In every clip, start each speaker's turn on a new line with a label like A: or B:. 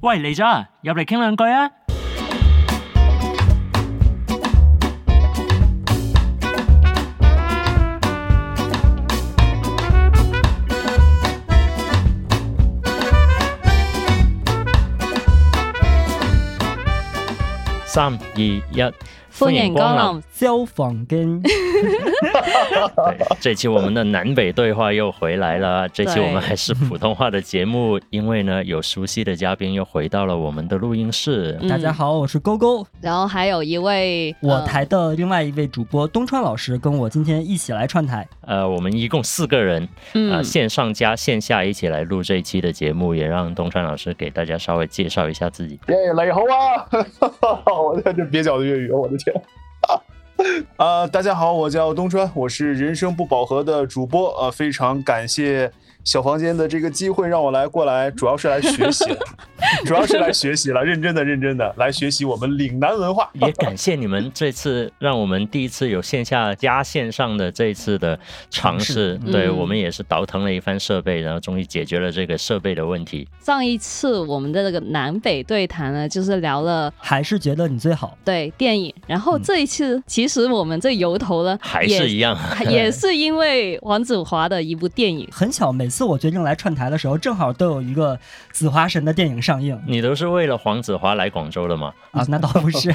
A: 喂，嚟咗啊，入嚟傾兩句啊！
B: 三二一，
C: 歡迎光
B: 啊
C: 啊臨。
D: 消防跟
B: 对，这期我们的南北对话又回来 了。这期我们还是普通话的节目，因为呢有熟悉的嘉宾又回到了我们的录音室。
D: 大家好，我是勾勾，
C: 然后还有一位
D: 我
B: 嗯
C: 呃
D: 台的另外一位主播东川老师跟我今天一起来串台。
B: 呃，我们一共四个人，啊、
C: 嗯
B: 线上加线下一起来录这一期的节目，也让东川老师给大家稍微介绍一下 自己。
E: 耶，雷猴啊！ 我在这蹩脚的粤语，我的天！ 啊，大家好，我叫东川，我是人生不饱和的主播，呃，非常感谢小房间的这个机会，让我来过来，主要是来学习 的，主要是来学习了，认真的，认真的来学习我们岭南 文化。
B: 也感谢你们这次让我们第一次有线下加线上的这一次的尝试，
D: 嗯
B: 对我们也是倒腾了一番设备，然后终于解决了这个设备的问题。
C: 上一次我们的这个南北对谈呢，就是聊了
D: 还是觉得你最好，
C: 对电影，然后这一次、其实我们这由头呢，
B: 还是一样，
C: 也也是因为黄子华的一部电影。
D: 很巧，每次我决定来串台的时候，正好都有一个紫华神的电影上映
B: 你都是为了黄子华来广州的吗？
D: 啊，那倒 不是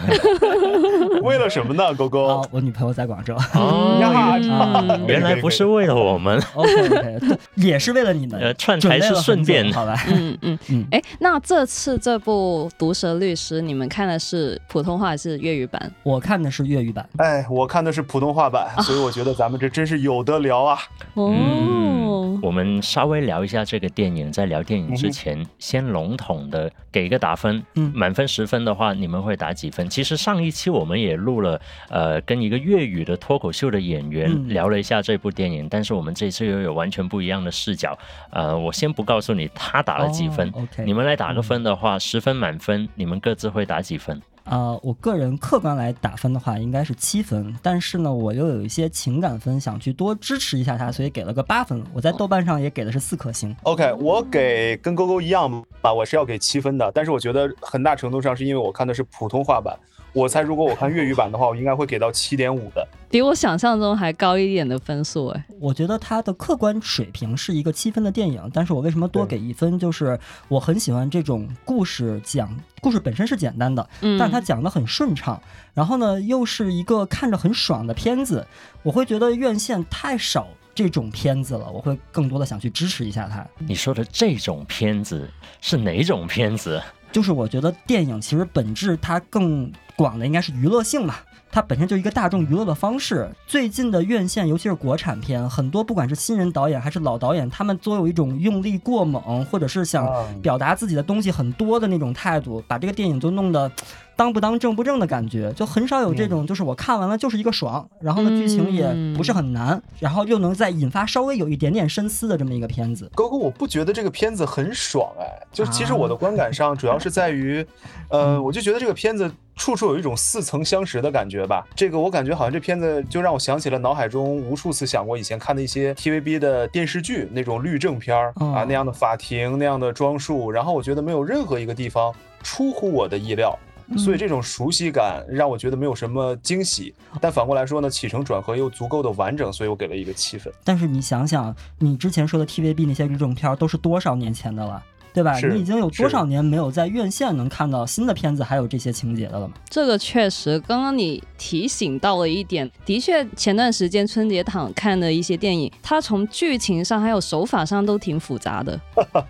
E: 为了什么呢，狗
D: 啊
E: 狗？，
D: 我女朋友在广州。
B: 哦，
E: 哎
C: 嗯
B: 原来不是为了我们，
D: OK OK，对，也是为了你们，
B: 呃串台是顺便
D: 准备了很久好吧？
C: 嗯嗯
D: 嗯
C: 嗯，哎，那这次这部《毒舌律师》，你们看的是普通话还是粤语版？
D: 我看的是粤语版，
E: 哎，我看的是普通 话版，所以我觉得咱们这真是有得聊啊！
B: 嗯
C: 哦，，
B: 我们稍微聊一下这个电影，在聊电影之前，先笼统的给一个打分，
D: 嗯
B: 满分十分的话，你们会打几分？其实上一期我们也录了，呃，跟一个粤语的脱口秀的演员
D: 嗯
B: 聊了一下这部电影，但是我们这次又有完全不一样的视角，呃，我先不告诉你他打了几分。
D: 哦？OK，
B: 你们来打个分的话，十分满分，你们各自会打几分？
D: 啊，我个人客观来打分的话，应该是七分，但是呢，我又有一些情感分想去多支持一下他，所以给了个八分。我在豆瓣上也给的是四颗星。
E: OK，我给跟勾勾一样吧，我是要给七分的，但是我觉得很大程度上是因为我看的是普通话版，我猜如果我看粤语版的话，我应该会给到七点五的。
C: 比我想象中还高一点的分数哎。
D: 我觉得它的客观水平是一个七分的电影，但是我为什么多
E: 对
D: 给一分？就是我很喜欢这种故事讲，故事本身是简单的，
C: 嗯，
D: 但它讲得很顺畅，然后呢又是一个看着很爽的片子，我会觉得院线太少这种片子了，我会更多的想去支持一下它。
B: 你说的这种片子是哪种片子？
D: 就是我觉得电影其实本质它更广的应该是娱乐性嘛，它本身就是一个大众娱乐的方式。最近的院线，尤其是国产片，很多不管是新人导演还是老导演，他们都有一种用力过猛，或者是想
E: 嗯
D: 表达自己的东西很多的那种态度，把这个电影就弄得。当不当正不正的感觉，就很少有这种，就是我看完了就是一个爽，然后呢剧情也不是很难，然后又能再引发稍微有一点点深思的这么一个片子。
E: 勾勾，我不觉得这个片子很爽哎，就是其实我的观感上主要是在于，
D: 啊嗯
E: 呃，我就觉得这个片子处处有一种似曾相识的感觉吧。这个我感觉好像这片子就让我想起了脑海中无数次想过以前看的一些 TVB 的电视剧那种律政片儿
D: 哦
E: 啊那样的法庭那样的装束，然后我觉得没有任何一个地方出乎我的意料。
D: 嗯
E: 所以这种熟悉感让我觉得没有什么惊喜，但反过来说呢，起承转合又足够的完整，所以我给了一个七分。
D: 但是你想想，你之前说的 TVB 那些律政片儿都是多少年前的了，对吧？
E: 是
D: 你已经有多
E: 是
D: 少年没有在院线能看到新的片子还有这些情节的了嘛？
C: 这个确实，刚刚你提醒到了一点，的确，前段时间春节档看的一些电影，它从剧情上还有手法上都挺复杂的。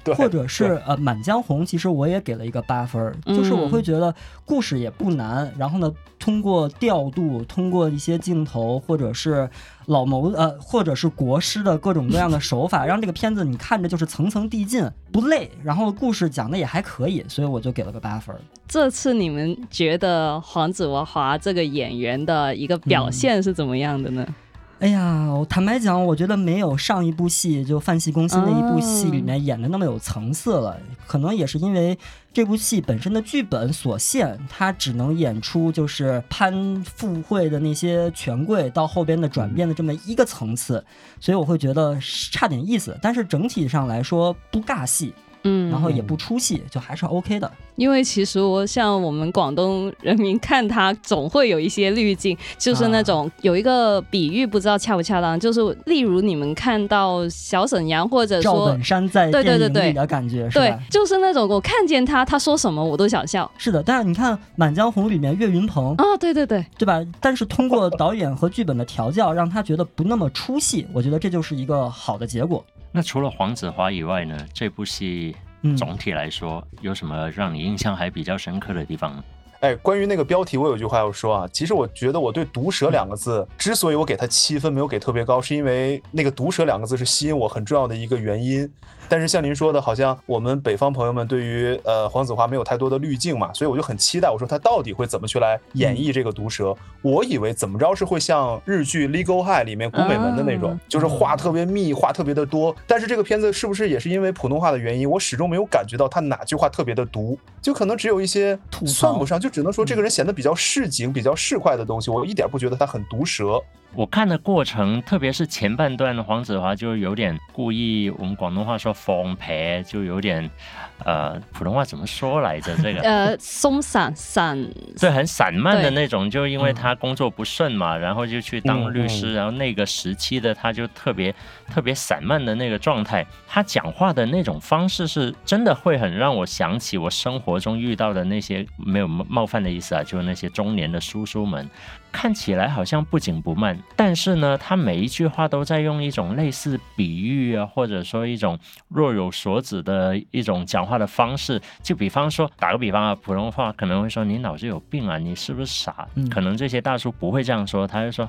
E: 对，嗯
D: 或者是呃，《满江红》，其实我也给了一个八分儿，就是我会觉得故事也不难，然后呢，通过调度，通过一些镜头，或者是老谋呃，或者是国师的各种各样的手 法，让这个片子你看着就是层层递进，不累，然后故事讲的也还可以，所以我就给了个八分儿。
C: 这次你们觉得黄子华这个演员的一个表现是怎么样的呢？
D: 哎呀，我坦白讲，我觉得没有上一部戏就范戏攻心的一部
C: 嗯
D: 戏里面演的那么有层次了。可能也是因为这部戏本身的剧本所限，它只能演出就是攀附会的那些权贵到后边的转变的这么一个层次，所以我会觉得是差点意思。但是整体上来说不尬戏，
C: 嗯，
D: 然后也不出戏，就还是 OK 的。
C: 因为其实我像我们广东人民看它，总会有一些滤镜，就是那
D: 啊
C: 种、有一个比喻，不知道恰不恰当，就是例如你们看到小沈阳或者
D: 赵
C: 呃说
D: 本山在
C: 对对
D: 电
C: 对
D: 影
C: 对
D: 里的感觉是
C: 对
D: 吧？，
C: 就是那种我看见他，他说什么我都想 笑
D: 是的，但是你看《满江红》里面岳云鹏，
C: 啊、对对 对，
D: 对吧？但是通过导演和剧本的调教，让他觉得不那么出戏，我觉得这就是一个好的结果。
B: 那除了黄子华以外呢，这部戏
D: 嗯
B: 总体来说、有什么让你印象还比较深刻的地方呢？
E: 哎，关于那个标题，我有句话要说啊。其实我觉得我对“毒舌”两个字，之所以我给它七分没有给特别高，是因为那个“毒舌”两个字是吸引我很重要的一个原因。但是像您说的，好像我们北方朋友们对于呃黄子华没有太多的滤镜嘛，所以我就很期待，我说他到底会怎么去来演绎这个毒舌。我以为怎么着是会像日剧《Legal High》里面古美门的那种，
C: 啊
E: 就是话特别密，话特别的多。但是这个片子是不是也是因为普通话的原因，我始终没有感觉到他哪句话特别的毒，就可能只有一些
D: 吐槽
E: 算不上，就只能说这个人显得比较市井、比较市侩的东西，我一点不觉得他很毒舌。
B: 我看的过程，特别是前半段，黄子华就有点故意，我们广东话说“放牌”，就有点，呃，普通话怎么说来着？这个
C: 呃，松散散，
B: 对，很散漫的
C: 对
B: 那种，就因为他工作不顺嘛，然后就去当律师，然后那个时期的他就特别特别散漫的那个状态，他讲话的那种方式是真的会很让我想起我生活中遇到的那些没有冒犯的意思啊，就是那些中年的叔叔们，看起来好像不紧不慢，但是呢，他每一句话都在用一种类似比喻啊，或者说一种若有所指的一种讲话的方式。就比方说，打个比方啊，普通话可能会说你脑子有病啊，你是不是傻？
D: 嗯
B: 可能这些大叔不会这样说，他就说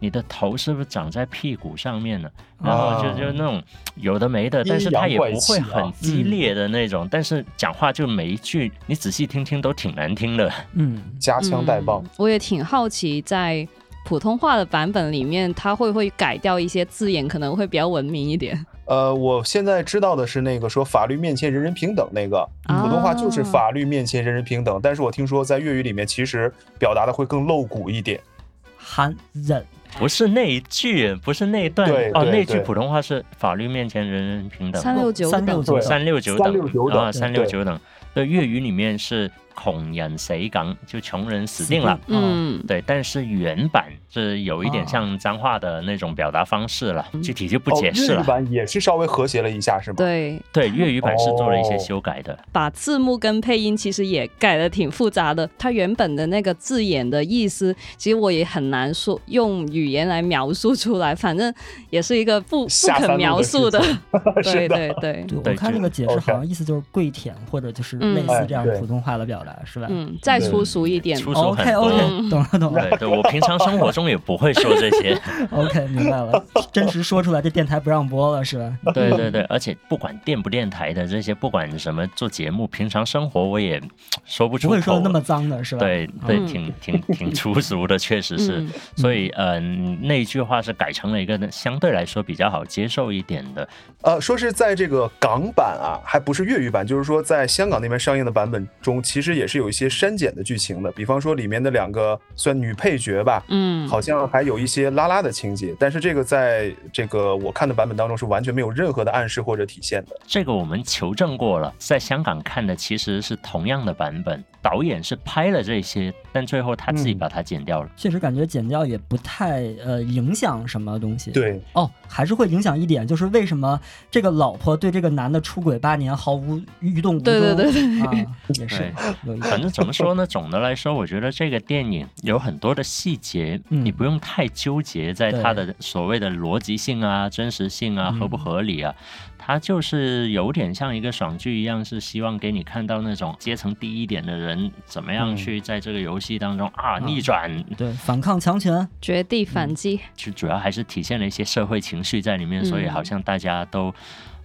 B: 你的头是不是长在屁股上面呢？然后就
E: 啊
B: 就那种有的没的，
E: 阴
B: 但是他
E: 阳
B: 也
E: 怪
B: 不会
E: 气啊嗯
B: 很激烈的那种，但是讲话就每一句你仔细听听都挺难听的。
D: 嗯，
E: 夹枪带棒，
C: 我也挺好奇，在普通话的版本里面，他会不会改掉一些字眼，可能会比较文明一 点。
E: 呃，我现在知道的是那个说法律面前人人平等那个，
C: 啊
E: 普通话就是法律面前人人平等，但是我听说在粤语里面其实表达的会更露骨一点。
D: 含忍
B: 不是那一句，不是那一段
E: 对
B: 哦，
E: 对
B: 那句
E: 对
B: 普通话是法律面前人人平等，
C: 三六九
D: 三六
C: 等，
D: 九
E: 对
B: 三六九
E: 三六九
B: 等
E: 等
B: 啊，
E: 对
B: 三六九等。对，粤语里面是穷人死梗，就穷人死定了。
D: 啊
C: 嗯，
B: 对，但是原版是有一点
D: 哦
B: 像脏话的那种表达方式了，具体就不
E: 哦，
B: 解释
E: 粤语
B: 了。
E: 版也是稍微和谐了一下，是吗？
C: 对，
B: 对，粤语版是做了一些
E: 哦
B: 修改的。
C: 把字幕跟配音其实也改的挺复杂的。它原本的那个字眼的意思，其实我也很难说用语言来描述出来，反正也是一个不不
E: 下
C: 可
E: 三路的
C: 描述的 对
E: 事。是的
C: 对对，
D: 对，我
B: 对
D: 看
B: 就
D: 那个解释
E: OK
D: 好像意思就是跪舔或者就是类
C: 嗯
D: 似
E: 哎
D: 这样
E: 对
D: 普通话的表达，是吧？
C: 嗯，再粗俗一点。
B: 粗俗很
D: OK
B: 多。
D: OK，懂了 懂
E: 哦
D: 了
B: 对对，我平常生活中也不会说这些。
D: ，OK 明白了。真实说出来，这电台不让播了是吧？
B: 对对对，而且不管电不电台的这些，不管什么做节目，平常生活我也说不出
D: 不
B: 口。
D: 会说的那么脏的是吧？
B: 对对，
C: 嗯
B: 挺挺挺粗俗的，确实是。
C: 嗯
B: 所以，嗯、那一句话是改成了一个相对来说比较好接受一点的。
E: 呃，说是在这个港版啊，还不是粤语版，就是说在香港那边上映的版本中，其实也是有一些删减的剧情的。比方说里面的两个算女配角吧，
C: 嗯，
E: 好像还有一些拉拉的情节，但是这个在这个我看的版本当中是完全没有任何的暗示或者体现的。
B: 这个我们求证过了，在香港看的其实是同样的版本，导演是拍了这些，但最后他自己
E: 嗯
B: 把它剪掉了。
D: 确实感觉剪掉也不太呃影响什么东西。
E: 对，
D: 哦，还是会影响一点，就是为什么这个老婆对这个男的出轨八年毫无于动无衷？
C: 对对对对
D: 啊，也是有一点
B: 反正怎么说呢，总的来说，我觉得这个电影有很多的细节，
D: 嗯
B: 你不用太纠结在它的所谓的逻辑性啊、真实性啊、
D: 嗯
B: 合不合理啊。它就是有点像一个爽剧一样，是希望给你看到那种阶层低一点的人怎么样
E: 嗯
B: 去在这个游戏当中啊
D: 啊
B: 逆转，
D: 对反抗强权，
C: 绝地反击。
B: 就主要还是体现了一些社会情绪在里面，
C: 嗯
B: 所以好像大家都。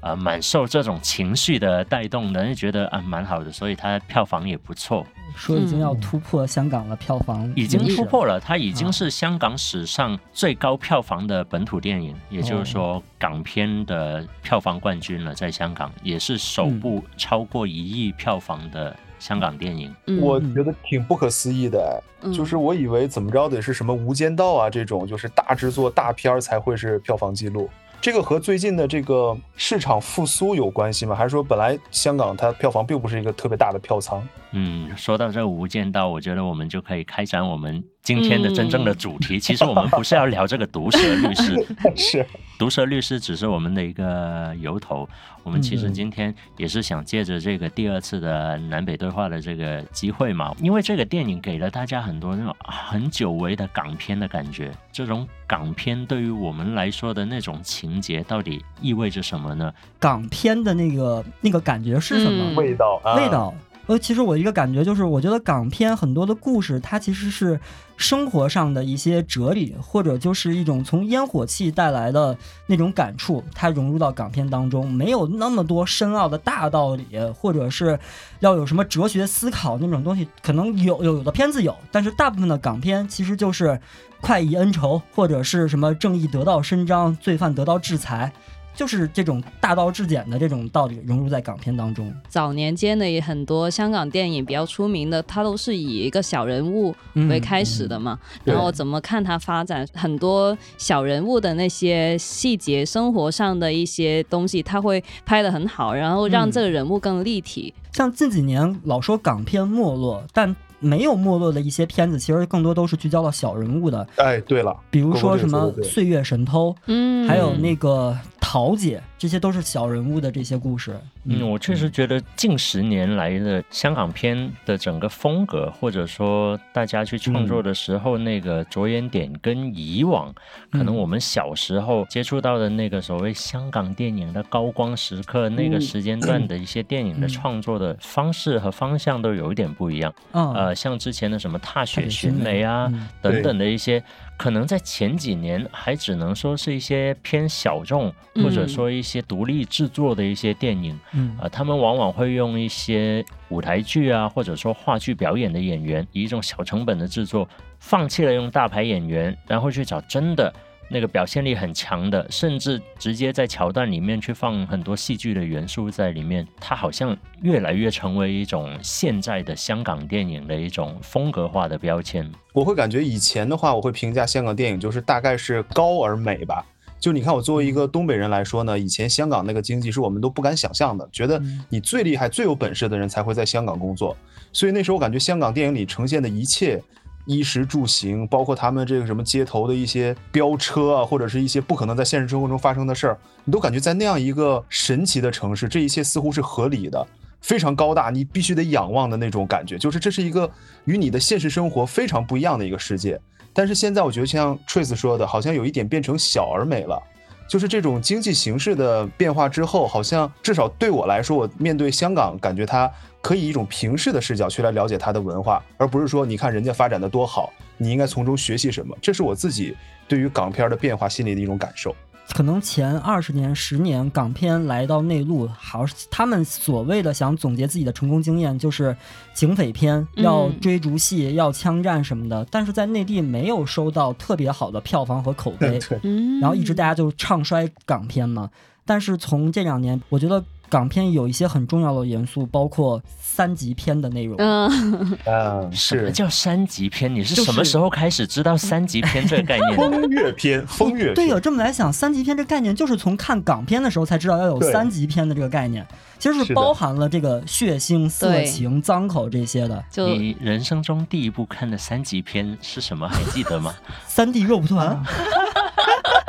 B: 呃，蛮受这种情绪的带动的，就觉得啊蛮好的，所以它票房也不错，
D: 说已
C: 嗯
D: 经要突破香港的票房，
B: 已经突破
D: 了。
B: 了，它已经是香港史上最高票房的本土电影，也就是说港片的票房冠军了，在香港也是首部超过一亿票房的香港电影。
C: 嗯，
E: 我觉得挺不可思议的，哎
C: 嗯
E: 就是我以为怎么着得是什么《无间道》啊这种，就是大制作大片儿才会是票房记录。这个和最近的这个市场复苏有关系吗？还是说本来香港它票房并不是一个特别大的票仓？
B: 嗯，说到这个《无间道》，我觉得我们就可以开展我们今天的真正的主题。其实我们不是要聊这个毒舌律师，
C: 哎
E: 是，
B: 毒舌律师只是我们的一个由头。我们其实今天也是想借着这个第二次的南北对话的这个机会嘛，因为这个电影给了大家很多那种很久违的港片的感觉。这种港片对于我们来说的那种情节，到底意味着什么呢？
D: 港片的那个那个感觉是什么？
C: 嗯
E: 味道啊，
D: 味道。呃，其实我一个感觉就是，我觉得港片很多的故事，它其实是生活上的一些哲理，或者就是一种从烟火气带来的那种感触，它融入到港片当中，没有那么多深奥的大道理，或者是要有什么哲学思考那种东西，可能有有有的片子有，但是大部分的港片其实就是快意恩仇，或者是什么正义得到伸张，罪犯得到制裁。就是这种大道至简的这种道理融入在港片当中，
C: 早年间的也很多香港电影比较出名的，它都是以一个小人物
D: 嗯
C: 为开始的嘛，
E: 对
C: 然后怎么看它发展，很多小人物的那些细节、生活上的一些东西，他会拍得很好，然后让
D: 嗯
C: 这个人物更立体。
D: 像近几年老说港片没落，但没有没落的一些片子，其实更多都是聚焦到小人物的，
E: 哎，对了，
D: 比如说什
E: 郭
D: 么
E: 郭这个说得
D: 《
E: 对
D: 岁月神偷》，
C: 嗯，
D: 还有那个桃姐，这些都是小人物的这些故事。
B: 嗯，我确实觉得近十年来的香港片的整个风格，或者说大家去创作的时候那个着眼点，跟以往、可能我们小时候接触到的那个所谓香港电影的高光时刻、那个时间段的一些电影的
D: 嗯
B: 创作的方式和方向都有一点不一样。
D: 嗯，
B: 呃，像之前的什么《踏雪
D: 雪
B: 寻
D: 寻
B: 梅》啊
D: 嗯
B: 等等的一些，可能在前几年还只能说是一些偏小众，或者
C: 嗯
B: 说一些独立制作的一些电影。
D: 嗯
B: 呃，他们往往会用一些舞台剧啊，或者说话剧表演的演员，以一种小成本的制作，放弃了用大牌演员，然后去找真的那个表现力很强的，甚至直接在桥段里面去放很多戏剧的元素在里面。它好像越来越成为一种现在的香港电影的一种风格化的标签。
E: 我会感觉以前的话，我会评价香港电影就是大概是高而美吧。就你看，我作为一个东北人来说呢，以前香港那个经济是我们都不敢想象的，觉得
D: 嗯
E: 你最厉害、最有本事的人才会在香港工作。所以那时候我感觉香港电影里呈现的一切衣食住行，包括他们这个什么街头的一些飙车啊，或者是一些不可能在现实生活中发生的事儿，你都感觉在那样一个神奇的城市，这一切似乎是合理的。非常高大，你必须得仰望的那种感觉，就是这是一个与你的现实生活非常不一样的一个世界。但是现在我觉得像 Trace 说的，好像有一点变成小而美了，就是这种经济形势的变化之后，好像至少对我来说，我面对香港，感觉它可以以一种平视的视角去来了解它的文化，而不是说你看人家发展的多好，你应该从中学习什么。这是我自己对于港片的变化心里的一种感受。
D: 可能前二十年、十年港片来到内陆，好，他们所谓的想总结自己的成功经验，就是警匪片
C: 嗯
D: 要追逐戏、要枪战什么的，但是在内地没有收到特别好的票房和口碑。
C: 嗯，
D: 然后一直大家就唱衰港片嘛。但是从这两年，我觉得港片有一些很重要的元素，包括三级片的内容。
C: 嗯，
E: 嗯，
B: 什么
E: 是
B: 叫三级片？你是
D: 就是嗯
B: 什么时候开始知道三级片这个概念的？
E: 风月片，风 月
D: 对，有
E: 片，
D: 这么来想，三级片这概念就是从看港片的时候才知道要有
E: 对
D: 三级片的这个概念，其实
E: 是
D: 是
E: 的
D: 包含了这个血腥、色情、脏口这些的。
C: 就
B: 你人生中第一部看的三级片是什么？还记得吗？
D: 三 D 肉蒲团
C: 嗯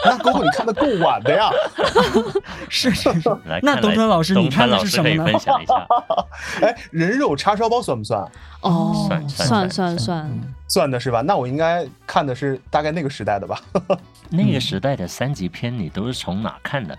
E: 那哥哥你看的够晚的呀。
D: 是是是，
B: 来，
D: 那
B: 看
D: 董
B: 来
D: 川老师你
B: 董川
D: 看的
B: 老
D: 是
B: 师
D: 什
B: 可以
D: 么呢
B: 分享一 下，
E: 哎，人肉叉烧包算不算？
C: 哦，
B: 算算
C: 算算
B: 算
C: 算，
E: 算的是吧？那我应该看的是大概那个时代的吧。
B: 那个时代的三级片你都是从哪看的？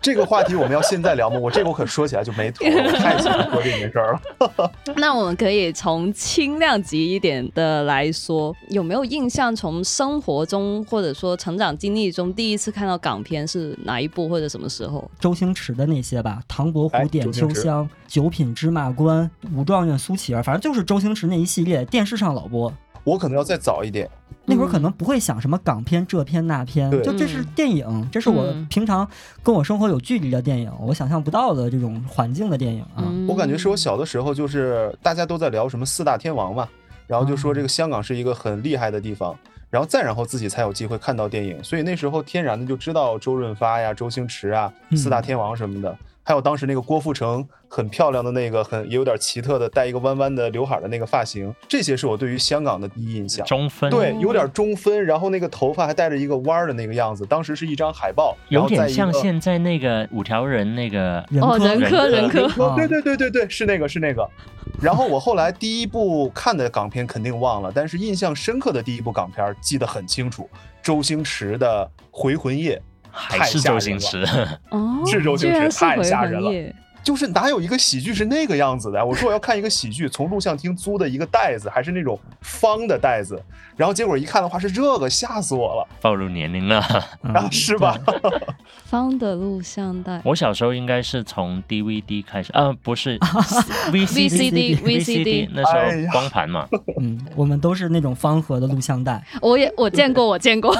E: 这个话题我们要现在聊吗？我这个我可说起来就没头了，我太喜欢说这件事儿了。
C: 那我们可以从轻量级一点的来说，有没有印象从生活中或者说成长经历中第一次看到港片是哪一部或者什么时候？
D: 周星驰的那些吧，《唐伯
E: 哎
D: 虎点
E: 周星
D: 秋
E: 驰
D: 香》《九品芝麻官》《武状元苏乞儿》，反正就是周星驰那一系列，电视上老播。
E: 我可能要再早一点，
D: 那会儿可能不会想什么港片这片那片
E: 对，
D: 就这是
C: 嗯
D: 电影，这是我
C: 嗯
D: 平常跟我生活有距离的电影，我想象不到的这种环境的电影啊。
C: 嗯
E: 我感觉是我小的时
B: 嗯
E: 候，就是大家都在聊什么四大天王嘛，然后就说这个香港是一个很厉害的地方。然后再然后自己才有机会看到电影。所以那时候天然的就知道周润发呀、周星驰啊、
B: 嗯
E: 四大天王什么的，还有当时那个郭富城很漂亮的那个很也有点奇特的戴一个弯弯的刘海的那个发型，这些是我对于香港的第一印象。
B: 中分，
E: 对，有点中分，然后那个头发还带着一个弯儿的那个样子。当时是一张海报，然
B: 有
E: 后在
B: 点
E: 一
B: 像
E: 个
B: 现在那个五条人那个
D: 人
C: 哦，
D: 科
C: 人科人 科，
D: 啊
E: 哦对对对对对，是那个是那个。然后我后来第一部看的港片肯定忘了，但是印象深刻的第一部港片儿记得很清楚，周星驰的《回魂夜
B: 还是周星驰，
C: 哦，
E: 是周
C: 居
E: 星驰
C: 然是
E: 太
C: 回
E: 吓
C: 魂
E: 人了
C: 夜》，
E: 就是哪有一个喜剧是那个样子的呀？啊我说我要看一个喜剧，从录像厅租的一个袋子，还是那种方的袋子，然后结果一看的话是这个，吓死我了，
B: 暴露年龄了。
D: 嗯
E: 啊，是吧？
C: 方的录像带。
B: 我小时候应该是从 DVD 开始，啊，不 是 VCD。
C: VCD
B: VCD
C: VCD，
B: 那
E: 哎
B: 时
E: 呀
B: 候光盘嘛，
D: 嗯，我们都是那种方盒的录像带，
C: 我也我见过，我见过。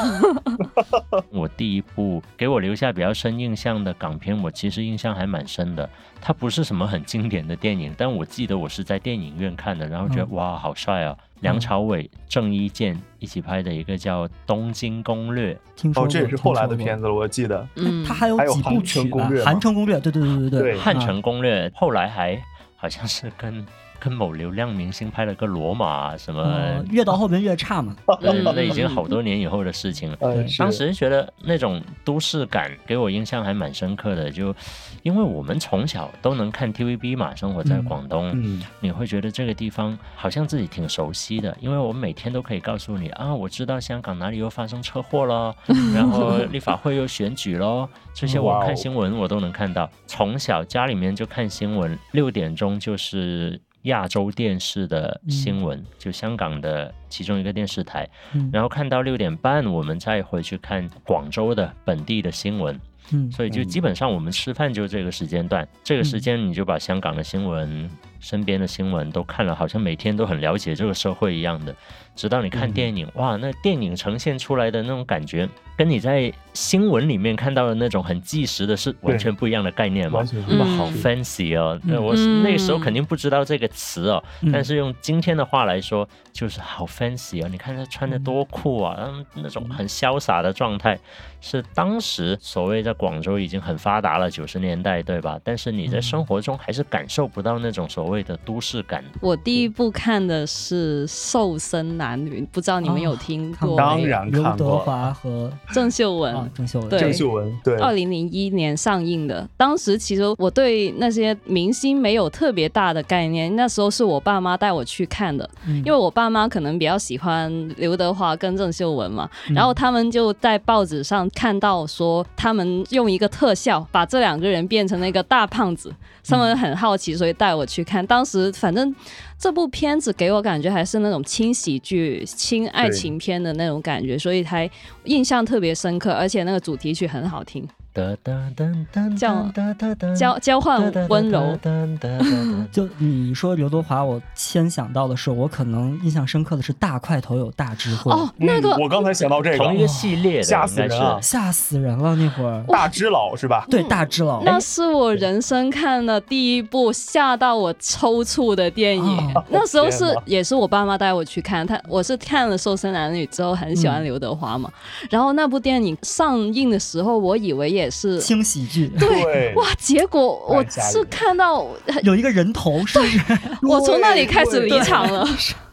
B: 我第一部给我留下比较深印象的港片，我其实印象还蛮深的。它不是什么很经典的电影，但我记得我是在电影院看的，然后觉得、
D: 嗯
B: 哇，好帅啊！梁朝伟、郑伊健一起拍的一个叫《东京攻略》，
D: 听说
E: 哦，
D: 过。
E: 这也是后来的片
D: 子。
E: 子了，我记得。
C: 嗯，
D: 他还有
E: 还有
D: 几部
E: 韩
D: 曲
E: 城
D: 吧，
E: 攻略
D: 《
E: 嘛
D: 韩城攻略》对对对对
E: 对
D: 对，
B: 《嗯汉
D: 啊
B: 城攻略》，后来还好像是跟跟某流量明星拍了个罗马什么
D: 呃，，越到后面越差嘛。
B: 对，
C: 嗯
B: 那已经好多年以后的事情了。
E: 呃，
D: 对
E: 是
B: 当时觉得那种都市感给我印象还蛮深刻的，就因为我们从小都能看 TVB 嘛，生活在
D: 嗯
B: 广东，
E: 嗯，
B: 你会觉得这个地方好像自己挺熟悉的，因为我们每天都可以告诉你啊，我知道香港哪里又发生车祸 了，然后立法会又选举咯，这些我
E: 哇哦
B: 看新闻我都能看到。从小家里面就看新闻，六点钟就是。亚洲电视的
E: 嗯
B: 新闻，就香港的其中一个电视台，
D: 嗯
B: 然后看到六点半，我们再回去看广州的本地的新闻，
D: 嗯，
B: 所以就基本上我们吃饭就这个时间段，这个时间你就把香港的新闻、身边的新闻都看了，好像每天都很了解这个社会一样的。直到你看电影，哇，那电影呈现出来的那种感觉，跟你在新闻里面看到的那种很纪实的是完全不一样的概念嘛
E: 完。全
C: 嗯
B: 哇，好 fancy 哦！那我
C: 嗯
B: 那个时候肯定不知道这个词哦，
D: 嗯
B: 但是用今天的话来说，就是好 fancy 啊！你看他穿的多酷啊，嗯，那种很潇洒的状态，是当时所谓在广州已经很发达了，九十年代对吧？但是你在生活中还是感受不到那种所谓的都市感。
C: 我第一部看的是《瘦身男女》，不知道你们有听过没有？
E: 当然
D: 刘
E: 看
D: 德
E: 过
D: 华和
C: 郑秀
D: 啊
C: 文。
D: 郑秀
C: 嗯
D: 文，
C: 对哦
E: 郑秀文对，
C: 二零零一年上映的，当时其实我对那些明星没有特别大的概念，那时候是我爸妈带我去看的，
D: 嗯
C: 因为我爸妈可能比较喜欢刘德华跟郑秀文嘛，
D: 嗯
C: 然后他们就在报纸上看到说，他们用一个特效把这两个人变成了一个大胖子，他们很好奇，所以带我去看。当时反正这部片子给我感觉还是那种轻喜剧、轻爱情片的那种感觉，所以还印象特别深刻，而且那个主题曲很好听，
B: 哒哒哒哒
C: 叫
B: 哒哒哒
C: 交交换温柔。
B: 哒哒哒哒
D: 就你说刘德华，我先想到的是，我可能印象深刻的是大块头有大智慧，
C: 哦，那个
E: 嗯我刚才想到这
B: 同一个
E: 个
B: 系列的，
E: 吓死人啊
B: 应该是！
D: 吓死人了那会儿。
E: 大只佬是吧？
D: 对，大智老，
C: 哦那是我人生看的第一部吓到我抽搐的电影。
D: 啊
C: 那时候是
E: 天哪
C: 也是我爸妈带我去看，他我是看了《瘦身男女》之后很喜欢刘德华嘛，然后那部电影上映的时候，我以为也是
D: 轻喜剧，
E: 对，
C: 哇，结果我
E: 太吓人
C: 是看到
D: 有一个人头，是不是？
C: 我从那里开始离场了。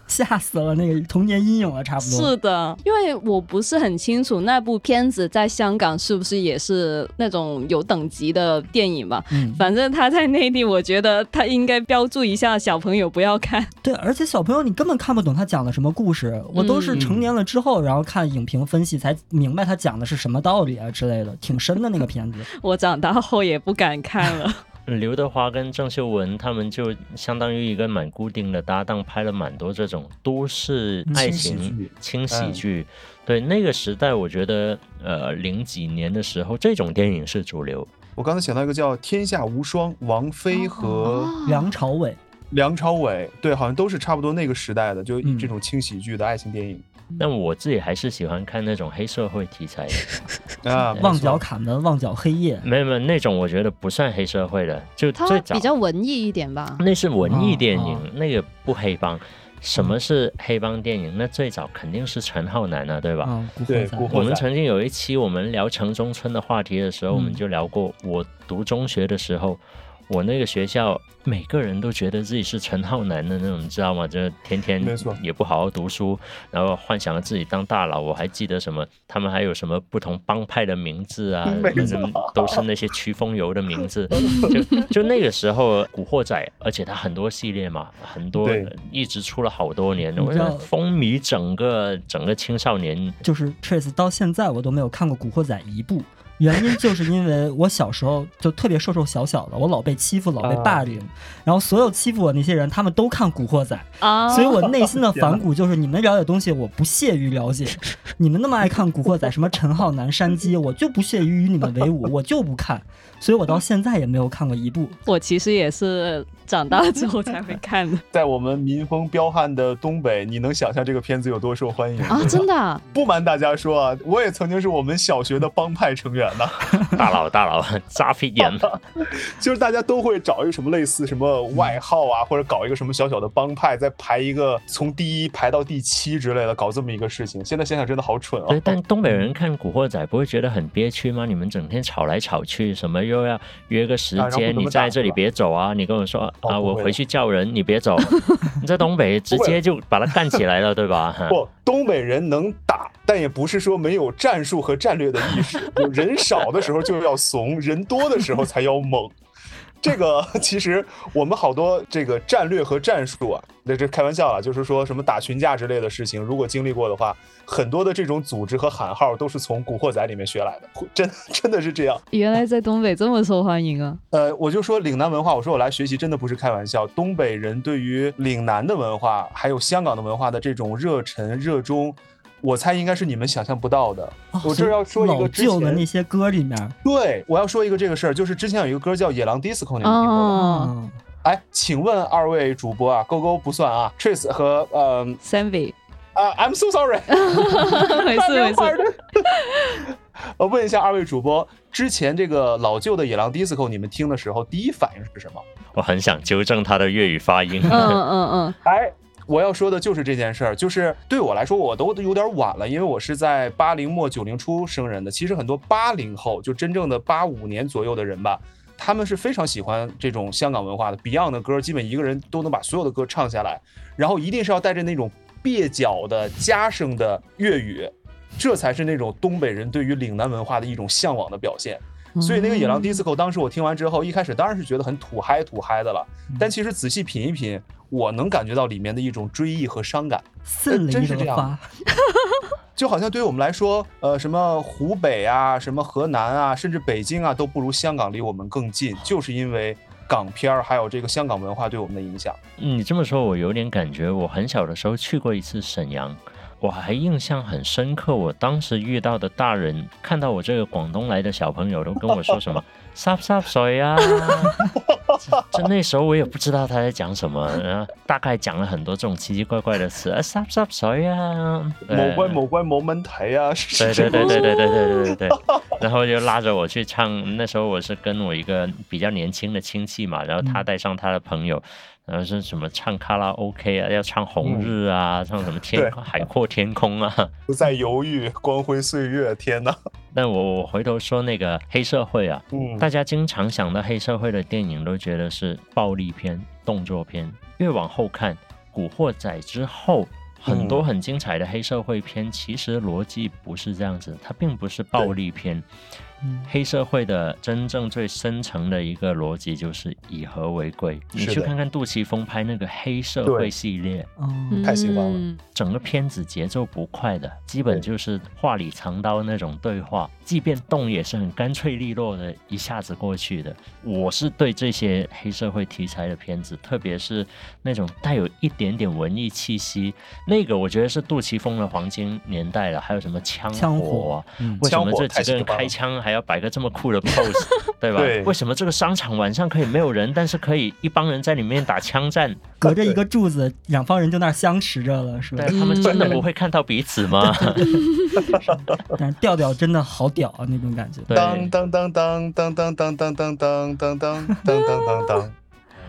D: 吓死了，那个童年阴影了，差不多。
C: 是的，因为我不是很清楚那部片子在香港是不是也是那种有等级的电影吧。
D: 嗯，
C: 反正他在内地，我觉得他应该标注一下小朋友不要看。
D: 对，而且小朋友你根本看不懂他讲的什么故事，我都
C: 嗯
D: 是成年了之后，然后看影评分析才明白他讲的是什么道理啊之类的，挺深的那个片子。
C: 我长大后也不敢看 了。
B: 嗯刘德华跟郑秀文他们就相当于一个蛮固定的搭档，拍了蛮多这种都市爱
E: 轻喜
B: 情
E: 剧
B: 轻嗯喜剧。对那个时代，我觉得呃零几年的时候，这种电影是主流。
E: 我刚才想到一个叫《天下无双》，王菲
C: 啊
E: 和
C: 哦
D: 梁朝伟，
E: 梁朝伟，对，好像都是差不多那个时代的，就
D: 嗯
E: 这种轻喜剧的爱情 电影、
B: 但我自己还是喜欢看那种黑社会题 材的，
E: 啊。
D: 《旺
E: 没错
D: 角卡门》《旺角黑夜》
B: 没有没有那种我觉得不算黑社会的，就
C: 他
B: 最早
C: 比较文艺一点吧。
B: 那是文艺电
D: 哦
B: 影，那个不黑帮。什么是黑帮电影？那最早肯定是陈浩南啊，对吧？
D: 嗯，古
E: 对
D: 惑仔
E: 古惑
B: 我们
E: 仔
B: 曾经有一期我们聊城中村的话题的时候，
D: 嗯
B: 我们就聊过，我读中学的时候，我那个学校每个人都觉得自己是陈浩南的那种，你知道吗？就是天天
E: 没错
B: 也不好好读书，然后幻想着自己当大佬。我还记得什么，他们还有什么不同帮派的名字啊，
E: 没错
B: 反
E: 嗯
B: 正都是那些曲风游的名 字。就就那个时候，《古惑仔》，而且它很多系列嘛，很多
E: 对嗯
B: 一直出了好多年，
D: 你
B: 我
D: 知道
B: 想风靡整个整个青少年。
D: 就是 Trace 到现在我都没有看过《古惑仔》一部，原因就是因为我小时候就特别瘦瘦小小的，我老被欺负，老
E: 啊
D: 被霸凌，然后所有欺负我那些人，他们都看《古惑仔》，
C: 啊，
D: 所以我内 心的反骨就是你们了解东西我不屑于了解，你们那么爱看《古惑仔》，什么陈浩南、山鸡，我就不屑于与你们为伍，我就不看，所以我到现在也没有看过一部。
C: 我其实也是长大之后才会看的
E: 在我们民风彪悍的东北，你能想象这个片子有多受欢迎
C: 啊，真的啊
E: 不瞒大家说啊，我也曾经是我们小学的帮派成员呢，
B: 大佬大佬，扎飞眼，
E: 就是大家都会找一个什么类似什么外号啊，或者搞一个什么小小的帮派，再排一个从第一排到第七之类的，搞这么一个事情。现在想想真的好蠢啊
B: 对，！但东北人看《古惑仔》不会觉得很憋屈吗？你们整天吵来吵去，什么又要约个时
E: 啊然后不
B: 间，
E: 能
B: 你在这里
E: 打
B: 别走啊！你跟我说
E: 哦
B: 啊，
E: 不会
B: 我
E: 的
B: 回去叫人，你别 走。你在东北直接就把他干起来了，对吧？哈
E: 不，东北人能打，但也不是说没有战术和战略的意识。就人少的时候就要怂，人多的时候才要猛。这个 其实我们好多这个战略和战术啊，那这开玩笑啊，就是说什么打群架之类的事情，如果经历过的话，很多的这种组织和喊号都是从《古惑仔》里面学来的，真真的是这样。
C: 原来在东北这么受欢迎啊！
E: 呃，我就说岭南文化，我说我来学习真的不是开玩笑。东北人对于岭南的文化，还有香港的文化的这种热忱热衷，我猜应该是你们想象不到的。
D: 哦
E: 我这儿要说一
D: 老
E: 个之
D: 旧的那
E: 前，
D: 些歌里面，
E: 对我要说一个这个事儿，就是之前有一个歌叫《野狼 DISCO》，你们听过吗？
C: 哦
D: 嗯，
E: 哎，请问二位主播啊，勾勾不算啊，Trace 和呃
C: ，Sammy，
E: 啊，I'm so sorry，
C: 没事没事，
E: 我呃问一下二位主播，之前这个老旧的《野狼 DISCO》，你们听的时候第一反应是什么？
B: 我很想纠正他的粤语发音。
C: 嗯嗯嗯，
E: 哎，我要说的就是这件事儿，就是对我来说，我都有点晚了，因为我是在八零末九零初生人的。其实很多八零后，就真正的八五年左右的人吧，他们是非常喜欢这种香港文化的。Beyond 的歌，基本一个人都能把所有的歌唱下来，然后一定是要带着那种蹩脚的家声的粤语。这才是那种东北人对于岭南文化的一种向往的表现。
C: 嗯
E: 所以那个野狼 disco 当时我听完之后，一开始当然是觉得很土嗨土嗨的了，
D: 嗯
E: 但其实仔细品一品，我能感觉到里面的一种追忆和伤感。
D: 森
E: 真
D: 林
E: 是这
D: 的
E: 样
D: 花，
E: 就好像对于我们来说，呃，什么湖北啊，什么河南啊，甚至北京啊，都不如香港离我们更近，就是因为港片儿还有这个香港文化对我们的影响。
B: 嗯你这么说，我有点感觉，我很小的时候去过一次沈阳，我还印象很深刻。我当时遇到的大人，看到我这个广东来的小朋友，都跟我说什么 “sap sap 水啊”，这那时候我也不知道他在讲什么，然后大概讲了很多这种奇奇怪怪的词啊，“sap sap 水啊”，
E: 某
B: 呃
E: 关某关某门台呀、是
B: 对对
E: 是这
B: 对
E: 种
B: 对对对对对对对，然后就拉着我去唱。那时候我是跟我一个比较年轻的亲戚嘛，然后他带上他的朋友，然后是什么唱卡拉 OK 啊，要唱《红日》啊，唱什么天
E: 对
B: 海阔天空啊。
E: 不再犹豫，光辉岁月，天哪！
B: 但我我回头说那个黑社会啊，
E: 嗯
B: 大家经常想到黑社会的电影，都觉得是暴力片、动作片。越往后看，《古惑仔》之后，很多很精彩的黑社会片，其实逻辑不是这样子，它并不是暴力片。
D: 嗯
B: 黑社会的真正最深层的一个逻辑就是以和为贵。你
E: 是的
B: 去看看杜琪峰拍那个黑社
E: 对
B: 会系列，
D: 嗯，
E: 太喜欢了
C: 嗯
B: 整个片子节奏不快的，基本就是话里藏刀那种对话，即便动也是很干脆利落的，一下子过去的。我是对这些黑社会题材的片子，特别是那种带有一点点文艺气息，那个我觉得是杜琪峰的黄金年代了。还有什么枪
D: 枪
B: 火
D: 火
B: 啊？
D: 嗯
B: 为什么
E: 枪火
B: 这几个人开枪还要摆个这么酷的 pose，对 吧？
E: 对
B: 为什么这个商场晚上可以没有人，但是可以一帮人在里面打枪战？
D: 隔着一个柱子，两方人就那儿相持着了，是吧
B: 对？他们真的
C: 嗯
B: 不会看到彼此吗？
D: 但是调调真的好屌啊，那种感觉。
B: 对
E: 当当当当当当当当当当当当当当当当当，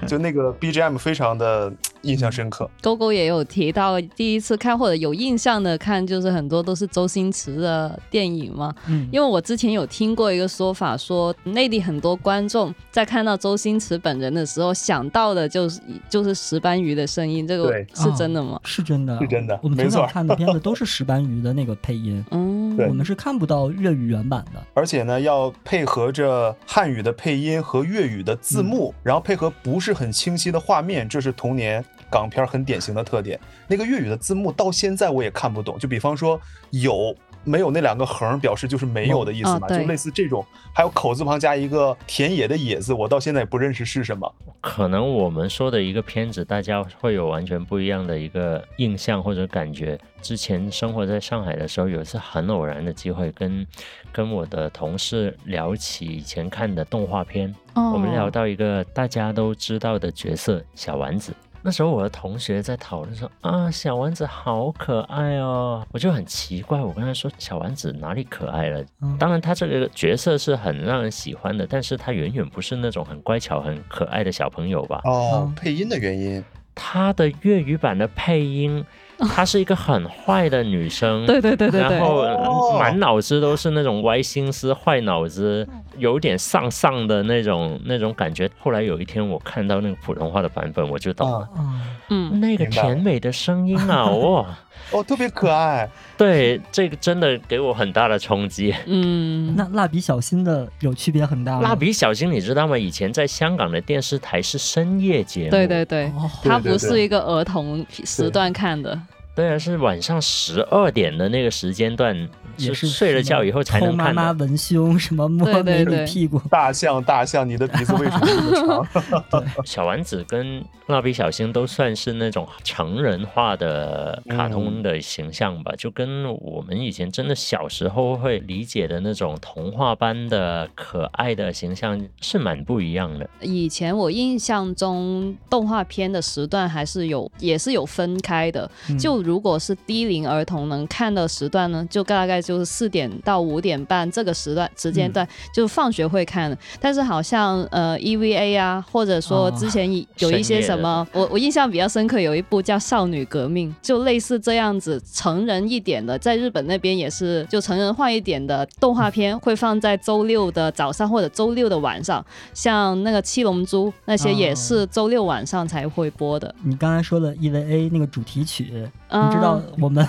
E: 就那个 BGM 非常的印象深刻。
C: 勾勾也有提到，第一次看或者有印象的看，就是很多都是周星驰的电影嘛。
D: 嗯，
C: 因为我之前有听过一个说法说，内地很多观众在看到周星驰本人的时候，想到的就是就是石斑鱼的声音，这个
E: 对
C: 是真的吗？
D: 是真的，啊
E: 是真的
D: 我们
E: 没
D: 从
E: 错
D: 小看的片子都是石斑鱼的那个配音，
C: 嗯，
E: 对
D: 我们是看不到粤语原版的。
E: 而且呢，要配合着汉语的配音和粤语的字幕，然后配合不是很清晰的画面，这是童年港片很典型的特点。那个粤语的字幕到现在我也看不懂，就比方说有没有那两个横，表示就是没有的意思嘛，
C: 啊
E: 就
C: 对
E: 类似这种。还有口字旁加一个田野的野字，我到现在也不认识是什么。
B: 可能我们说的一个片子，大家会有完全不一样的一个印象或者感觉。之前生活在上海的时候，有一次很偶然的机会跟跟我的同事聊起以前看的动画片，
C: 哦
B: 我们聊到一个大家都知道的角色小丸子。那时候我的同学在讨论说啊，小丸子好可爱哦，我就很奇怪，我跟他说小丸子哪里可爱了？
D: 嗯
B: 当然，他这个角色是很让人喜欢的，但是他远远不是那种很乖巧、很可爱的小朋友吧？
E: 哦
D: 嗯
E: 配音的原因，
B: 他的粤语版的配 音，她是一个很坏的女生，
C: 对对对对对
B: 然后
E: 哦
B: 呃满脑子都是那种歪心思、坏脑子，有点丧丧的那种那种感觉。后来有一天我看到那个普通话的版本，我就懂了。
D: 啊，
C: 嗯，
B: 那个
E: 明白了
B: 甜美的声音啊，哇、
E: 哦，特别可爱。
B: 对，这个真的给我很大的冲击。
C: 嗯，
D: 那蜡笔小新的有区别很大吗。
B: 蜡笔小新，你知道吗？以前在香港的电视台是深夜节目，
C: 对对对，
D: 哦，
C: 它
E: 对对
C: 不
E: 对
C: 是一个儿童时段看的，
B: 对啊，是晚上十二点的那个时间段，
D: 也是
B: 睡了
D: 什么
B: 觉以后才
D: 偷
B: 能
D: 妈
B: 看
D: 妈
B: 的。
D: 文胸，什么摸
C: 对对
D: 美女
C: 对
D: 屁股，
E: 大象，大象，你的鼻子为什么这么长？
B: 小丸子跟蜡笔小新都算是那种成人化的卡通的形象吧，就跟我们以前真的小时候会理解的那种童话般的可爱的形象是蛮不一样 的。
C: 以前我印象中动画片的时段还是有，也是有分开的。
D: 嗯
C: 就如果是低龄儿童能看的时段呢，就大概就是四点到五点半这个时段时间段，
D: 嗯
C: 就放学会看的。但是好像呃 EVA 啊，或者说
D: 哦
C: 之前以有一些什么，我我印象比较深刻有一部叫《少女革命》，就类似这样子成人一点的，在日本那边也是就成人化一点的动画片会放在周六的早上或者周六的晚上。像那个《七龙珠》那些也
D: 哦
C: 是周六晚上才会播的。
D: 你刚才说的 EVA 那个主题曲，
C: 嗯
D: 你知道我 们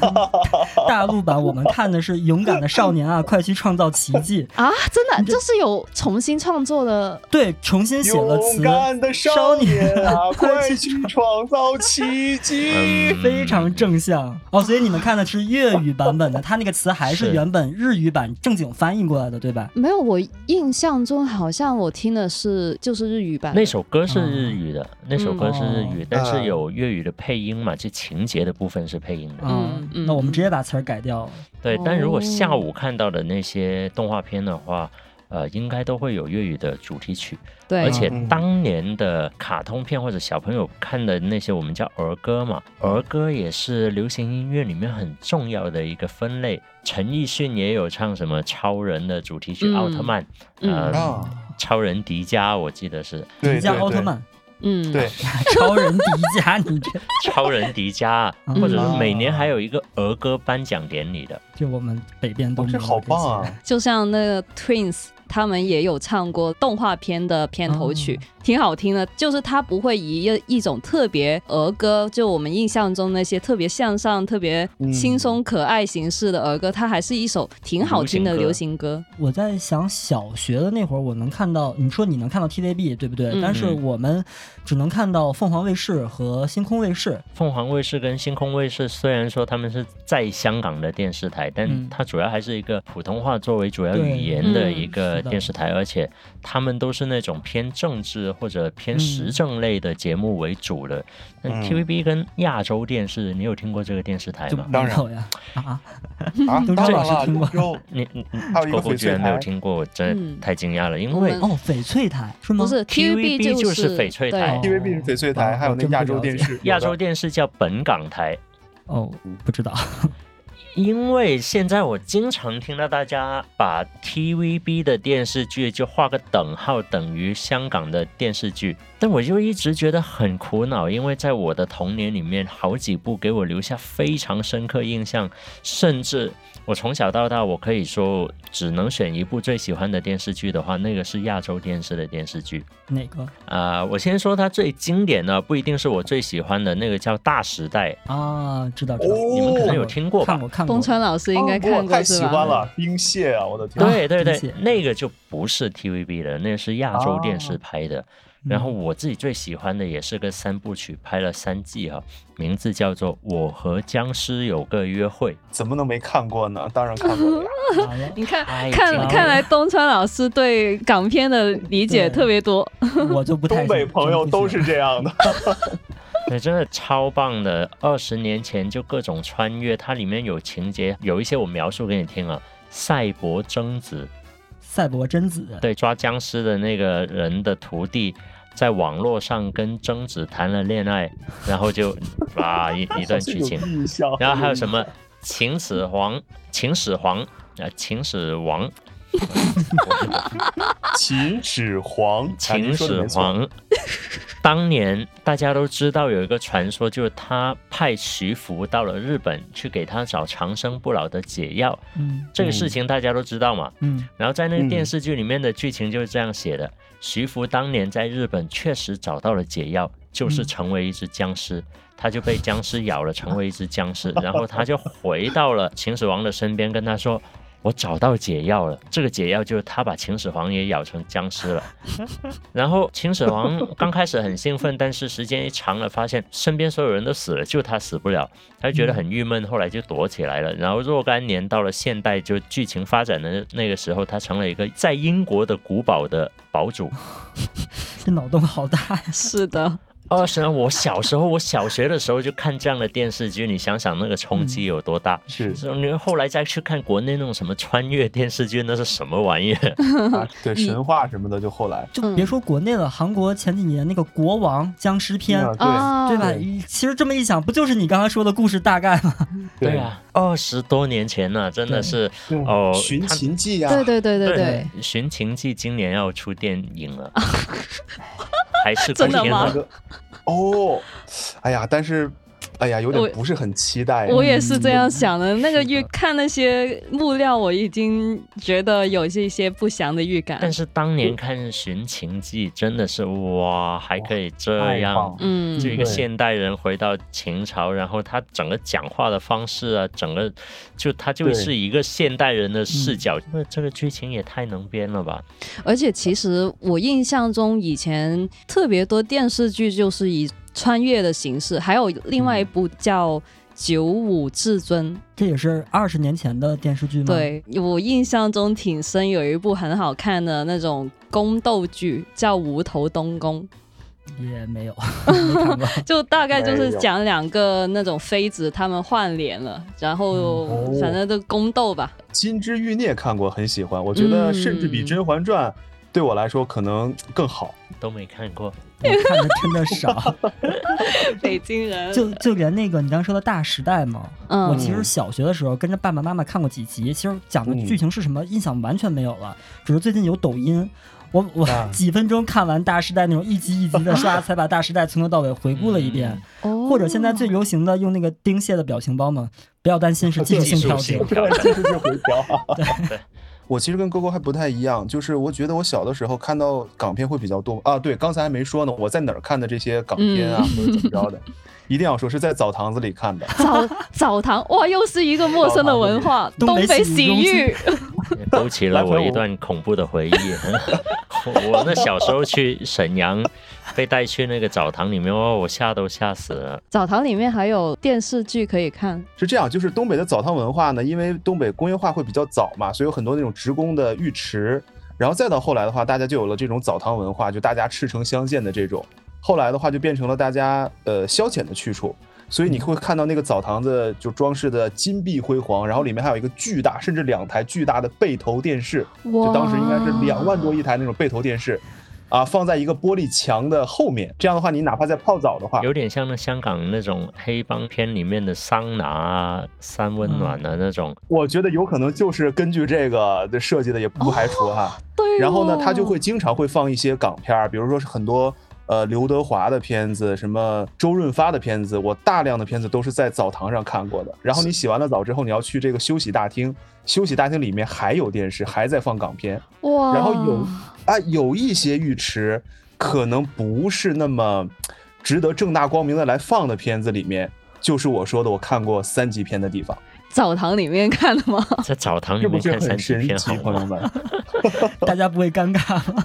D: 大陆版我们看的是《勇敢的少年啊，快去创造奇迹》，
C: 啊，真的，这是有重新创作的。
D: 对，重新写了
E: 勇
D: 词，
E: 敢的
D: 少
E: 少年
D: 年
E: 啊，
D: 啊
E: 快
D: 快
E: 去
D: 去
E: 创造奇迹！
B: 嗯
D: 非常正向哦。所以你们看的是粤语版 本的，它那个词还是
B: 是
D: 原本日语版正经翻译过来的，对吧？
C: 没有，我印象中好像我听的是就是日语版的
B: 那首歌是日语的，那首歌是日语，但
E: 嗯
B: 是有粤语的配音嘛，就情节的部分是配音的。
C: 嗯嗯
D: 啊那我们直接把词儿改掉了。
B: 对，但如果下
C: 哦
B: 午看到的那些动画片的话，呃，应该都会有粤语的主题曲。
C: 对，
B: 而且
E: 嗯
B: 当年的卡通片或者小朋友看的那些，我们叫儿歌嘛，儿歌也是流行音乐里面很重要的一个分类。陈奕迅也有唱什么超人的主题曲《
C: 嗯
B: 奥特曼》，
C: 嗯
B: 呃，
E: 啊，
B: 超人迪迦，我记得是
E: 对
D: 迪迦
E: 对
D: 奥
E: 对
D: 特曼、
C: 嗯，
E: 对，
D: 超人迪迦，你这啊
B: 超人迪迦，
D: 嗯
B: 或者是每年还有一个儿歌颁奖典礼的。
D: 这我们北边都
E: 哦
D: 没
E: 这
D: 有
E: 好
D: 些
E: 棒啊！
C: 就像那个 Twins。他们也有唱过动画片的片头曲，哦挺好听的。就是它不会以一一种特别儿歌，就我们印象中那些特别向上、特别轻松可爱形式的儿歌，它还是一首挺好听的
B: 流
C: 流
B: 行
C: 行歌。
D: 我在想小学的那会儿，我能看到，你说你能看到 TVB 对不对？
C: 嗯
D: 但是我们只能看到凤凰卫视和星空卫视。
B: 凤凰卫视跟星空卫视虽然说他们是在香港的电视台，但
D: 嗯
B: 它主要还是一个普通话作为主要语
D: 对
B: 言的
C: 嗯
B: 一个
D: 是的
B: 电视台，而且他们都是那种偏政治或者偏
D: 嗯
B: 时政类的节目为主的。但
E: 嗯
B: TVB 跟亚洲电视，你有听过这个电视台
D: 就
B: 吗？
E: 当然
D: 没有呀啊！
E: 啊，
D: 东
E: 当
D: 芝
E: 然
D: 老师
E: 了，
D: 听过
E: 有
B: 你你你
E: 还有一个
B: 狗狗
E: 翡
B: 居
E: 翠
B: 然没有
E: 台，
B: 听过，我真
C: 嗯
B: 的太惊讶了，因
C: 我
B: 为
C: 们
D: 哦，翡翠台是吗？
C: 不是
B: TVB
C: 就
B: 就是翡翠台
C: 对
E: TVB 是翡翠台，
D: 哦
E: 还有那
D: 真不
E: 亚洲
D: 了解
E: 电视，
B: 亚洲电视叫本港台。
D: 哦，不知道。
B: 因为现在我经常听到大家把 TVB 的电视剧就画个等号，等于香港的电视剧。但我就一直觉得很苦恼，因为在我的童年里面，好几部给我留下非常深刻印象，甚至我从小到大，我可以说只能选一部最喜欢的电视剧的话，那个是亚洲电视的电视剧。
D: 哪个
B: 啊、我先说它最经典的，不一定是我最喜欢的那个叫《大时代》，
D: 啊？知道，知道，
E: 哦
B: 你们可能有听过吧
D: 看过看过。
C: 东川老师应该
E: 哦我
C: 看过
E: 太
C: 是
E: 喜
C: 吧？
E: 欢了，冰蟹啊，我的天！
B: 对对
D: 理
B: 对
D: 解，
B: 那个就不是 TVB 的，那是亚洲电
D: 哦
B: 视拍的。
D: 嗯
B: 然后我自己最喜欢的也是个三部曲，拍了三季哈、名字叫做《我和僵尸有个约会》。
E: 怎么能没看过呢？当然看过了 呀。
D: 完了
C: 你看
B: 太
C: 看
B: 经典，了
C: 看来东川老师对港片的理解
D: 对
C: 特别多。
D: 我就不太
E: 东北
D: 行
E: 朋友
D: 真不
E: 都
D: 行
E: 是这样的。
B: 对，真的超棒的。二十年前就各种穿越，它里面有情节，有一些我描述给你听啊。赛博争子，
D: 赛博贞子，
B: 对抓僵尸的那个人的徒弟，在网络上跟贞子谈了恋爱，然后就哇一一段剧情。
E: 印象。
B: 然后还有什么秦始皇、秦始皇啊、秦始王、
E: 秦始皇？哎
B: 秦
E: 您说的
B: 始
E: 没错
B: 皇。当年大家都知道有一个传说，就是他派徐福到了日本去给他找长生不老的解药，
D: 嗯
B: 这个事情大家都知道嘛。
D: 嗯，
B: 然后在那个
E: 嗯
B: 电视剧里面的剧情就是这样写的：徐福当年在日本确实找到了解药，就是
D: 嗯
B: 成为一只僵尸，他就被僵尸咬了，成为一只僵尸， 然后他就回到了秦始皇的身边，跟他说。我找到解药了，这个解药就是他把秦始皇也咬成僵尸了。 然后秦始皇刚开始很兴奋，但是时间一长了，发现身边所有人都死了，就他死不了，他就觉得很郁闷，后来就躲起来了。然后若干年到了现代，就剧情发展的那个时候，他成了一个在英国的古堡的堡 主。
D: 这脑洞好大 呀！
C: 是的，
B: 二十年，哦啊我小时候，我小学的时候就看这样的电视剧，你想想那个冲击有多大。
E: 是
B: 嗯所以你后来再去看国内那种什么穿越电视剧，那是什么玩意 儿？
E: 啊 对神话什么的，就后来。
D: 就别说国内了，韩国前几年那个国王僵尸片，
E: 嗯
C: 啊，
D: 对吧
E: 对？
D: 其实这么一想，不就是你刚才说的故事大概吗？
E: 对
B: 对，啊，二十多年前呢、真的是
E: 对
B: 哦，
E: 寻
B: 他
E: 秦记》啊
C: 对
E: 呀，
C: 对对对
B: 对
C: 对，
B: 《寻秦记》今年要出电影 了，还是古
C: 真的
B: 天
C: 吗
E: 那
B: 乐
E: 个 哦，哎呀，但是哎呀，有
C: 我
E: 点不是很期待。嗯
C: 我也是这样想的。那个
B: 是
C: 预
B: 的
C: 看那些木料，我已经觉得有一些一些不祥的预感
B: 但。是当年看《寻秦记》真的是哇，还可以这
E: 太棒
B: 样
E: 了。
C: 嗯，
B: 就一个
E: 对
B: 现代人回到秦朝，然后他整个讲话的方式啊，整个就他就
E: 对嗯
B: 是一个现代人的视角，因为这个剧情也太能编了吧？
C: 而且其实我印象中以前特别多电视剧就是以穿越的形式，还有另外一部叫《九五至尊》。
D: 这也是二十年前的电视剧吗？，
C: 对我印象中挺深，有一部很好看的那种宫斗剧叫《无头东宫
D: 也没有没看过。》，
C: 就大概就
E: 没
C: 是
E: 有
C: 讲两个那种妃子他们换脸了，然后
E: 嗯哦
C: 反正都宫斗 吧。
E: 《金枝欲孽》看过，很喜欢，我觉得甚至比
C: 嗯
E: 《甄嬛传》对我来说可能更好。
B: 都没看 过，
D: 我看的真的少，
C: 北京人，
D: 就就连那个你刚说的《大时代》嘛，我
C: 嗯
D: 其实小学的时候跟着爸爸妈妈看过几集，其实讲的
E: 嗯
D: 剧情是什么印象完全没有了，只是最近有抖音。我我
E: 啊
D: 几分钟看完《大时代》那种一集一集的 刷，才把《大时代》从头到尾回顾了一
E: 嗯
D: 遍。
C: 哦
D: 或者现在最流行的用那个丁蟹的表情包嘛，不要担心是技术性调
B: 技
D: 节
B: 术性。挑战
E: 这就是回调。啊我其实跟哥哥还不太一样，就是我觉得我小的时候看到港片会比较多啊。对，刚才还没说呢，我在哪儿看的这些港片
C: 嗯
E: 啊，或者怎么着的，一定要说是在澡堂子里看的。
C: 澡澡堂哇，又是一个陌生的文化，
D: 澡堂
C: 东北洗
D: 东北洗浴
C: 浴。
B: 勾起了
E: 来回
B: 我一
E: 我
B: 段恐怖的回忆。 我那小时候去沈阳，被带去那个澡堂里面，哇，我吓都吓死了。
C: 澡堂里面还有电视剧可以看，
E: 是这样，就是东北的澡堂文化呢，因为东北工业化会比较早嘛，所以有很多那种职工的浴池，然后再到后来的话，大家就有了这种澡堂文化，就大家赤诚相见的这种。后来的话，就变成了大家呃消遣的去处，所以你会看到那个澡堂子就装饰的金碧辉煌，然后里面还有一个巨大，甚至两台巨大的背投电视，
C: 哇，
E: 就当时应该是两万多一台那种背投电视，啊，放在一个玻璃墙的后面，这样的话，你哪怕在泡澡的话，
B: 有点像那香港那种黑帮片里面的桑拿啊、三温暖
E: 嗯
B: 的那种，
E: 我觉得有可能就是根据这个的设计的，也不排除哈、
C: 对哦
E: 然后呢，他就会经常会放一些港片儿，比如说是很多呃刘德华的片子，什么周润发的片子，我大量的片子都是在澡堂上看过的。然后你洗完了澡之后，你要去这个休息大厅，休息大厅里面还有电视，还在放港片。
C: 哇，
E: 然后有啊，有一些浴池可能不是那么值得正大光明的来放的片子里面，就是我说的我看过三级片的地方，
C: 澡堂里面看的吗？
B: 在澡堂 里
E: 这不
B: 面
E: 是
B: 看三
E: 很
B: 级
E: 神
B: 片好
E: 奇，朋友
B: 吗？
E: 们？
D: 大家不会尴尬吗？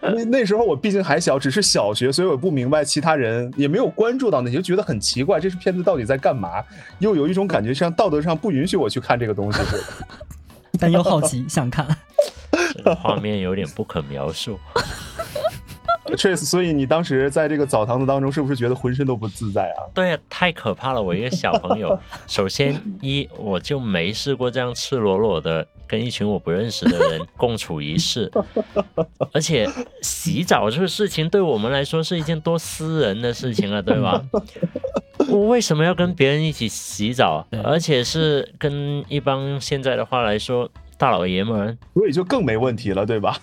E: 那那时候我毕竟还小，只是小学，所以我不明白其他人也没有关注到那些，就觉得很奇怪，这是片子到底在干嘛？又有一种感觉像道德上不允许我去看这个东西似的。
D: 但又好奇想看，
B: 这个画面有点不可描述。
E: Trace，所以你当时在这个澡堂子当中，是不是觉得浑身都不自在啊？
B: 对呀，太可怕了！我一个小朋友，首先一我就没试过这样赤裸裸的跟一群我不认识的人共处一室，而且洗澡这个事情对我们来说是一件多私人的事情啊，对吧？我为什么要跟别人一起洗澡
D: 对？
B: 而且是跟一帮现在的话来说大老爷们儿。
E: 所以就更没问题了，对吧？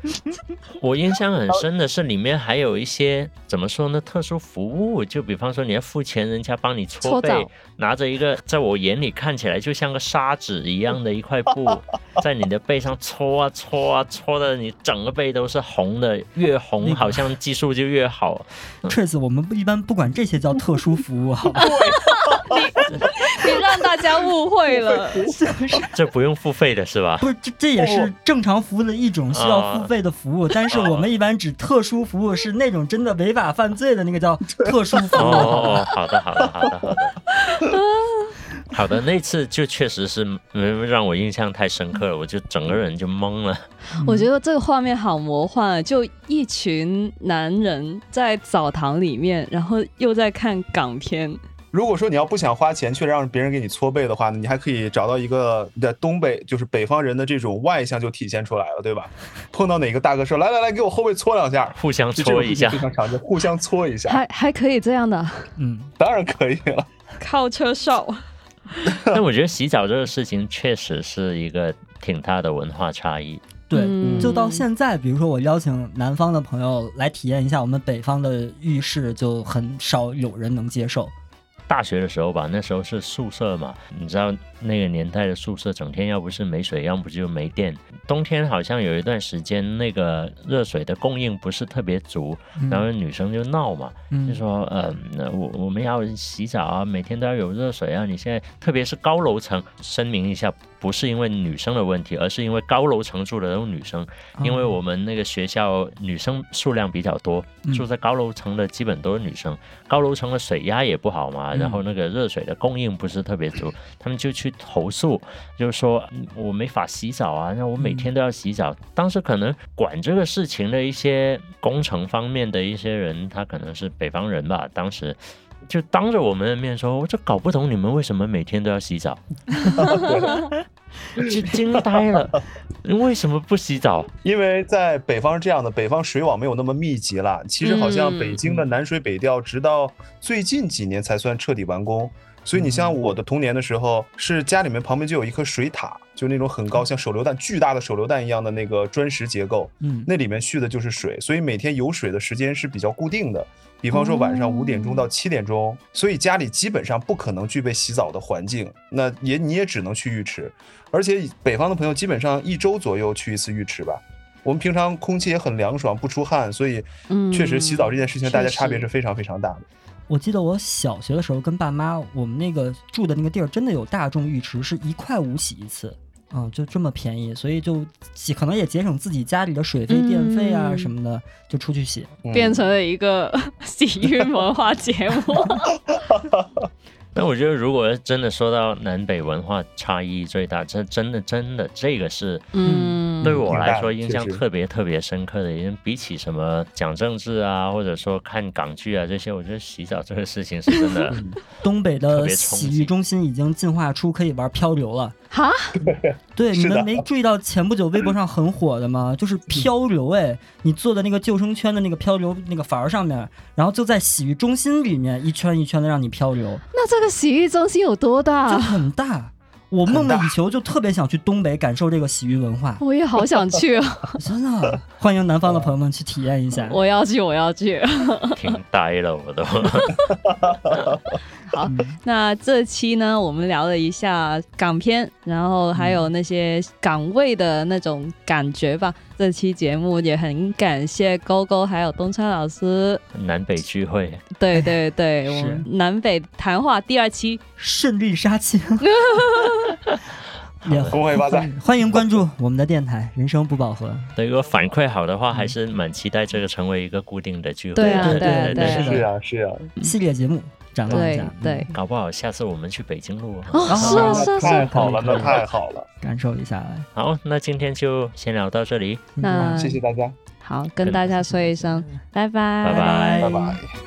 B: 我印象很深的是，里面还有一些怎么说呢，特殊服务，就比方说你要付钱，人家帮你搓
C: 搓
B: 背，
C: 澡
B: 拿着一个在我眼里看起来就像个砂纸一样的一块布，在你的背上搓啊搓啊搓的，你整个背都是红的，越
D: 那
B: 红
D: 个
B: 好像技术就越好。
D: Trace，我们不一般不管这些叫特殊服务，好吧？
C: 你让大家误会 了，
B: 这不用付费的是吧？
D: 不是，这这也是正常服务的一种，需要
B: 啊
D: 付费的服务。但是 我们一般指特殊服务是那种真的违法犯罪的那个叫特殊服
B: 哦
D: 务。
B: 哦哦，好的好的好的好的。好的，那次就确实是嗯让我印象太深刻了，我就整个人就懵了。
C: 我觉得这个画面好魔幻啊！就一群男人在澡堂里面，然后又在看港片，
E: 如果说你要不想花钱去让别人给你搓背的话呢，你还可以找到一个在东北，就是北方人的这种外向就体现出来了，对吧？碰到哪个大哥说来来来，给我后背搓两下，
B: 互相
E: 就这
B: 搓
E: 种
B: 一下
E: 非，常常见，互相搓一
D: 啊
E: 下，
C: 还还可以这样的啊
D: 嗯，
E: 当然可以了。
C: 靠车少。
B: 但我觉得洗澡这个事情确实是一个挺大的文化差异。
D: 对，
C: 嗯
D: 就到现在，比如说我邀请南方的朋友来体验一下我们北方的浴室，就很少有人能接受。
B: 大学的时候吧，那时候是宿舍嘛，你知道那个年代的宿舍，整天要不是没水，要不就没电。冬天好像有一段时间，那个热水的供应不是特别足，
D: 嗯
B: 然后女生就闹嘛，就
D: 嗯，
B: 说，嗯、呃，我我们要洗澡啊，每天都要有热水啊。你现在特别是高楼层，声明一下，不是因为女生的问题，而是因为高楼层住的都是女生，因为我们那个学校女生数量比较多，
D: 哦嗯
B: 住在高楼层的基本都是女生，高楼层的水压也不好嘛，
D: 嗯
B: 然后那个热水的供应不是特别足，他们就去投诉，就是说嗯我没法洗澡啊，那我每
D: 嗯
B: 天都要洗澡。当时可能管这个事情的一些工程方面的一些人，他可能是北方人吧，当时。就当着我们的面说，我这搞不懂你们为什么每天都要洗 澡， 就惊呆了， 为什么不洗澡？
E: 因为在北方是这样的，北方水网没有那么密集了。其实好像
C: 嗯
E: 北京的南水北调，直到最近几年才算彻底完工。所以你像我的童年的时候，是家里面旁边就有一颗水塔，就那种很高，像手榴弹巨大的手榴弹一样的那个砖石结构，
D: 嗯，
E: 那里面蓄的就是水，所以每天有水的时间是比较固定的。比方说晚上五点
C: 哦
E: 钟到七点钟，所以家里基本上不可能具备洗澡的环境，那也你也只能去浴池，而且北方的朋友基本上一周左右去一次浴池吧。我们平常空气也很凉爽，不出汗，所以
C: 嗯
E: 确实洗澡这件事情大家
C: 确实
E: 差别是非常非常大的。
D: 我记得我小学的时候跟爸妈，我们那个住的那个地儿真的有大众浴池，是一块五洗一次，嗯，就这么便宜，所以就洗，可能也节省自己家里的水费、电费啊
C: 嗯
D: 什么的，就出去洗。
E: 嗯
C: 变成了一个 洗浴文化节 目。
B: 但我觉得，如果真的说到南北文化差异最大，这真的真的这个是
D: 嗯
B: 对我来说
E: 明白
B: 印象
E: 确实
B: 特别特别深刻的，因为比起什么讲政治啊，或者说看港剧啊这些，我觉得洗澡这个事情是真的
D: 东北
B: 特
D: 的
B: 别冲击
D: 洗浴中心已经进化出可以玩漂流了。
C: 哈，
D: 对，你
E: 是的
D: 们没注意到前不久微博上很火的吗？
B: 嗯
D: 就是漂流，哎，你坐的那个救生圈的那个漂流那个筏儿上面，然后就在洗浴中心里面一圈一圈的让你漂流，
C: 那这个洗浴中心有多
D: 就
C: 大？啊
D: 很大。我梦
E: 很
D: 寐
E: 大
D: 以求，就特别想去东北感受这个洗浴
C: ，
D: 文化
C: 我也好想去 哦，
D: 真的。欢迎南方的朋友们去体验一下。
C: 我要去，我要去。
B: 听呆了，我都。
C: 好，那这期呢，我们聊了一下港片，然后还有那些港味的那种感觉吧。这期节目也很感谢勾勾还有东川老师，
B: 南北聚会，
C: 对对对，
D: 是
C: 我们南北谈话第二期，
D: 顺利 杀青，也
E: 恭喜发财！
D: 欢迎关注我们的电台《人生不饱和》。
C: 嗯
B: 对，如果反馈好的话，还是蛮期待这个成为一个固定的聚会。
C: 对啊
B: 对
D: 对啊
B: 对
D: 对啊
E: 是啊，是啊，
D: 系列节目展望一
C: 对
D: 下，
C: 对
D: 嗯，
B: 搞不好下次我们去北京录啊。
C: 哦，是啊是啊是
E: 太
C: 啊，
E: 好了，那太好了，
D: 感受一下来。
B: 好，那今天就先聊到这里，
C: 那
E: 谢谢大家，
C: 好，跟大家说一声，拜
B: 拜
C: 拜，
B: 拜
E: 拜拜。